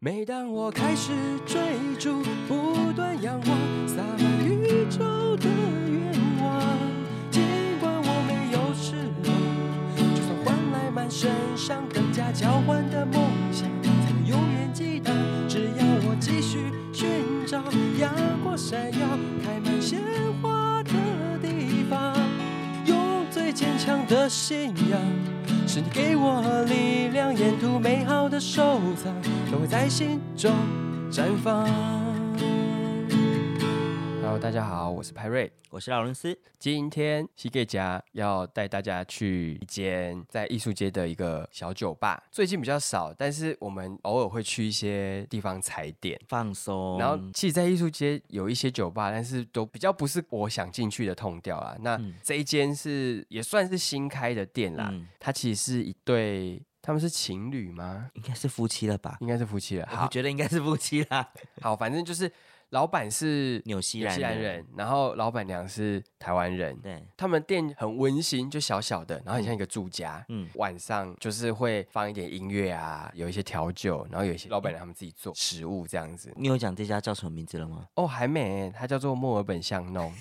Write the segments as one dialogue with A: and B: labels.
A: 每当我开始追逐，不断仰望，洒满宇宙的愿望。尽管我没有翅膀，就算换来满身伤，更加交换的梦想，才能永远激荡。只要我继续寻找，阳光闪耀，开满鲜花的地方，用最坚强的信仰。是你给我力量，沿途美好的收藏都会在心中绽放。Hello，大家好，我是派瑞。
B: 我是劳伦斯。
A: 今天西给家要带大家去一间在艺术街的一个小酒吧，最近比较少，但是我们偶尔会去一些地方踩点。
B: 放松，
A: 然后，其实，在艺术街有一些酒吧，但是都比较不是我想进去的痛调啦。那
B: 嗯
A: 这一间是也算是新开的店啦，
B: 嗯，
A: 他其实是一对，他们是情侣吗？
B: 应该是夫妻了吧？
A: 应该是夫妻了。
B: 我
A: 好，
B: 觉得应该是夫妻啦。
A: 好，反正就是老板是
B: 纽 西
A: 纽
B: 兰
A: 西兰人，然后老板娘是台湾人。
B: 对，
A: 他们店很温馨，就小小的，然后很像一个住家。
B: 嗯，
A: 晚上就是会放一点音乐啊，有一些调酒，然后有一些老板娘他们自己做食物这样子。
B: 你有讲这家叫什么名字了吗？
A: 哦，还没，它叫做墨尔本巷弄。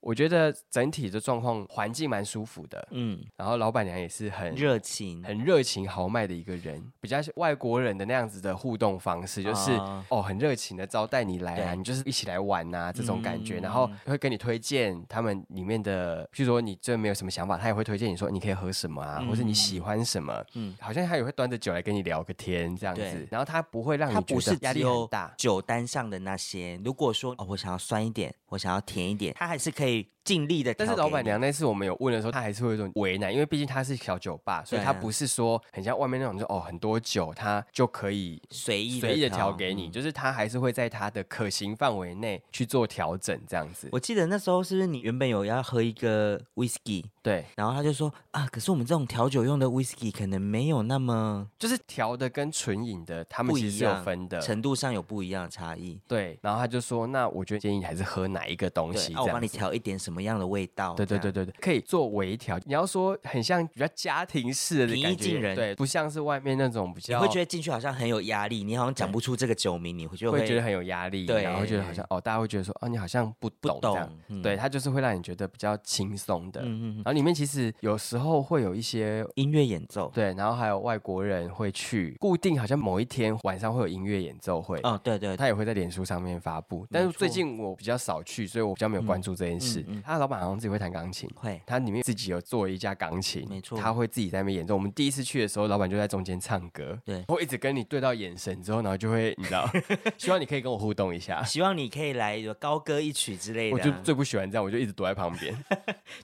A: 我觉得整体的状况环境蛮舒服的，
B: 嗯，
A: 然后老板娘也是很
B: 热情，
A: 很热情豪迈的一个人，比较像外国人的那样子的互动方式，就是、
B: 啊
A: 哦，很热情的招待你来啊，
B: 对
A: 你就是一起来玩呐、这种感觉，
B: 嗯
A: 然后会跟你推荐他们里面的，譬如说你真的没有什么想法，他也会推荐你说你可以喝什么啊，
B: 嗯
A: 或是你喜欢什么，
B: 嗯，
A: 好像他也会端着酒来跟你聊个天这样子
B: 对，
A: 然后他不会让
B: 它
A: 你
B: 不
A: 觉
B: 是
A: 得压
B: 只
A: 力很
B: 有
A: 大。
B: 酒单上的那些。如果说哦，我想要酸一点，我想要甜 一点，它还是可以尽力的。
A: 但是老板，娘那次我们有问的时候，她还是会有一种为难，因为毕竟她是小酒吧，所以
B: 对
A: 她
B: 啊
A: 不是说很像外面那种，就哦很多酒，她就可以
B: 随意
A: 随意的调
B: 调
A: 给你，
B: 嗯
A: 就是他还是会在他的可行范围内去做调整，这样子。
B: 我记得那时候是不是你原本有要喝一个 whisky，
A: 对，
B: 然后他就说啊，可是我们这种调酒用的 whisky 可能没有那么
A: 就是调的跟纯饮的，他们
B: 不
A: 其
B: 一
A: 实是有
B: 样，
A: 分的。
B: 程度上有不一样的差异。
A: 对，然后他就说，那我觉得建议你还是喝哪一个东
B: 对，
A: 西
B: 啊，
A: 这
B: 我帮
A: 样
B: 你
A: 子。
B: 调一点什么样的味道？
A: 对对对
B: 对，
A: 对对，可以做微调。你要说很像比较家庭式的
B: 平易
A: 感觉，
B: 近人
A: 对，不像是外面那种比
B: 你
A: 较
B: 会觉得进去好像很有压力，你好像讲不出这个酒名，你会就
A: 会觉得很有压力，
B: 对
A: 然后觉得好像哦，大家会觉得说哦，你好像不
B: 不
A: 懂这样。
B: 懂。嗯
A: 对，，它就是会让你觉得比较轻松的。
B: 嗯嗯
A: 然
B: 嗯，
A: 后里面其实有时候会有一些
B: 音乐演奏，
A: 对，然后还有外国人会去固定，好像某一天晚上会有音乐演奏会，
B: 哦，对对，
A: 他也会在脸书上面发布。但是最近我比较少去，所以我比较没有关注这件事。
B: 嗯嗯嗯
A: 他的老板好像自己会弹钢琴。
B: 会
A: 他里面自己有做一架钢琴，
B: 没错
A: 他会自己在那边演奏。我们第一次去的时候，老板就在中间唱歌，
B: 对
A: 会一直跟你对到眼神之后，然后就会，你知 道，希望你可以跟我互动一下。
B: 希望你可以来有高歌一曲之类
A: 我
B: 的
A: 就
B: 啊、
A: 最不喜欢这样，我就一直躲在旁边，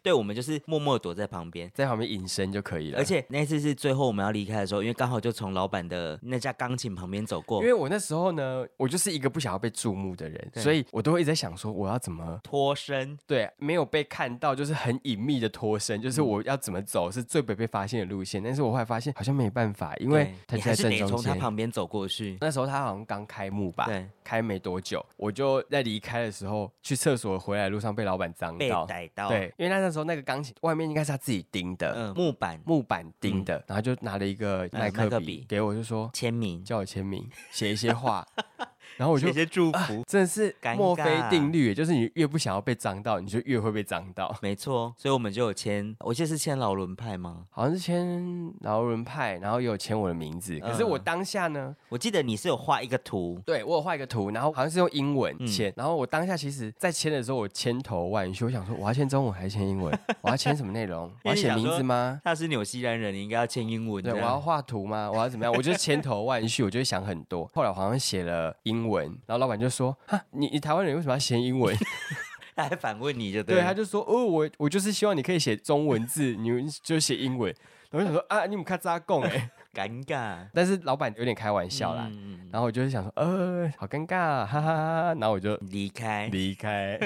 B: 对我们就是默默躲在旁边。
A: 在旁边隐身就可以了。
B: 而，且那次是最后我们要离开的时候，因为刚好就从老板的那架钢琴旁边走过
A: 因，为我那时候呢，我就是一个不想要被注目的人，
B: 对
A: 所以我都会一直在想说，我要怎么
B: 脱身，
A: 对，没有被看到，就是很隐秘的脱身，
B: 嗯
A: 就是我要怎么走是最不被发现的路线。但是我后来发现好像没办法，因为他
B: 对你
A: 就
B: 还
A: 在
B: 是
A: 正
B: 得
A: 中
B: 从他
A: 间。
B: 旁边走过去。
A: 那时候他好像刚开幕吧，
B: 对，
A: 开没多久，我就在离开的时候去厕所回来的路上被老板脏
B: 被
A: 到，
B: 逮到，，
A: 对，因为那那时候那个钢琴外面应该是他自己钉的，
B: 嗯，木板
A: 木板钉的，然后就拿了一个
B: 呃
A: 麦
B: 麦
A: 克
B: 克
A: 笔
B: 笔
A: 给我，就 说
B: 签名，
A: 叫我签名，写一些 话，然后我就
B: 写些祝福，
A: 真的是
B: 尴
A: 墨菲
B: 尬
A: 定律，就是你越不想要被脏到，你就越会被脏到。
B: 没错，所以我们就有签，我记得是签劳伦派吗？
A: 好像是签劳伦派，然后也有签我的名字。可是我
B: 嗯
A: 当下呢，
B: 我记得你是有画一个图，
A: 对我有画一个图，然后好像是用英文
B: 嗯
A: 签。然后我当下其实，在签的时候，我千头万绪，我想说我要签中文还是签英 文？我要签什么内容？我要写名字吗？
B: 他是纽西兰人，你应该要签英文
A: 对，
B: 的。
A: 我要画图吗？我要怎么样？我就千头万绪，我就想很多。后来我好像写了英文，然后老板就说：“哈，你你台湾人为什么要签英文？”
B: 他还反问你就对
A: 对，
B: 了，
A: 他就说：“哦，我我就是希望你可以写中文字，你们就写英文。”然后我就想说：“啊，你们看扎贡哎。”
B: 尴尬，
A: 但是老板有点开玩笑啦，
B: 嗯嗯嗯，
A: 然后我就会想说，呃，好尴尬啊，哈哈哈哈，然后我就
B: 嗯离开。
A: 离开。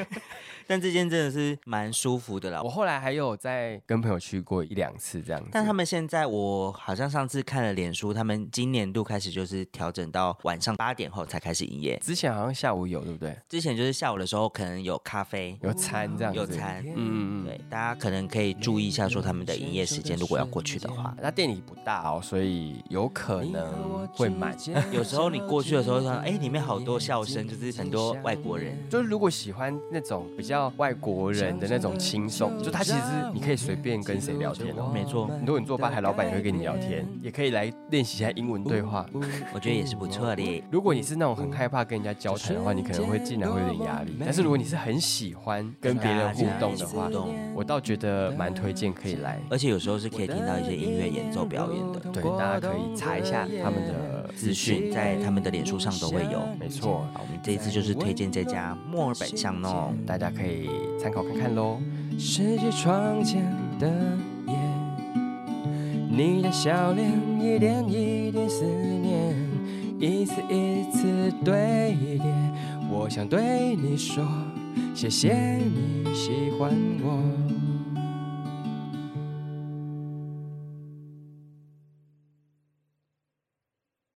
B: 但这间真的是蛮舒服的啦
A: 我。后来还有再跟朋友去过一两次这样子，
B: 但他们现在，我好像上次看了脸书，他们今年度开始就是调整到晚上八点后才开始营业。
A: 之前好像下午有对不对？
B: 之前就是下午的时候，可能有咖啡，
A: 有餐这样子，
B: 有餐
A: 嗯嗯嗯。
B: 哦对，大家可能可以注意一下，说他们的营业时间，如果要过去的话。
A: 那店里不大哦，所以有可能会满。
B: 有时候你过去的时候，想，哎，里面好多笑声，就是很多外 国人。
A: 就是如果喜欢那种比较外国人的那种轻松，就他其实是你可以随便跟谁聊天哦。
B: 没错，
A: 如果你做吧台，老板也会跟你聊天，也可以来练习一下英文对话。
B: 我觉得也是不错的。
A: 如果你是那种很害怕跟人家交谈的话，你可能会进来会有点压力。但是如果你是很喜欢跟别人互动的话
B: 互，动
A: 我倒觉得蛮推荐可以来。
B: 而且有时候是可以听到一些音乐演奏表演的
A: 对，大家可以查一下他们的
B: 资讯，在他们的脸书上都会有。
A: 没错，哦
B: 好，我们这一次就是推荐这家墨尔本巷弄。
A: 大家可以参考看看喽。
C: 世界窗前的夜，你的笑脸一点一点思念，一次一次堆叠。我想对你说，谢谢你喜欢我。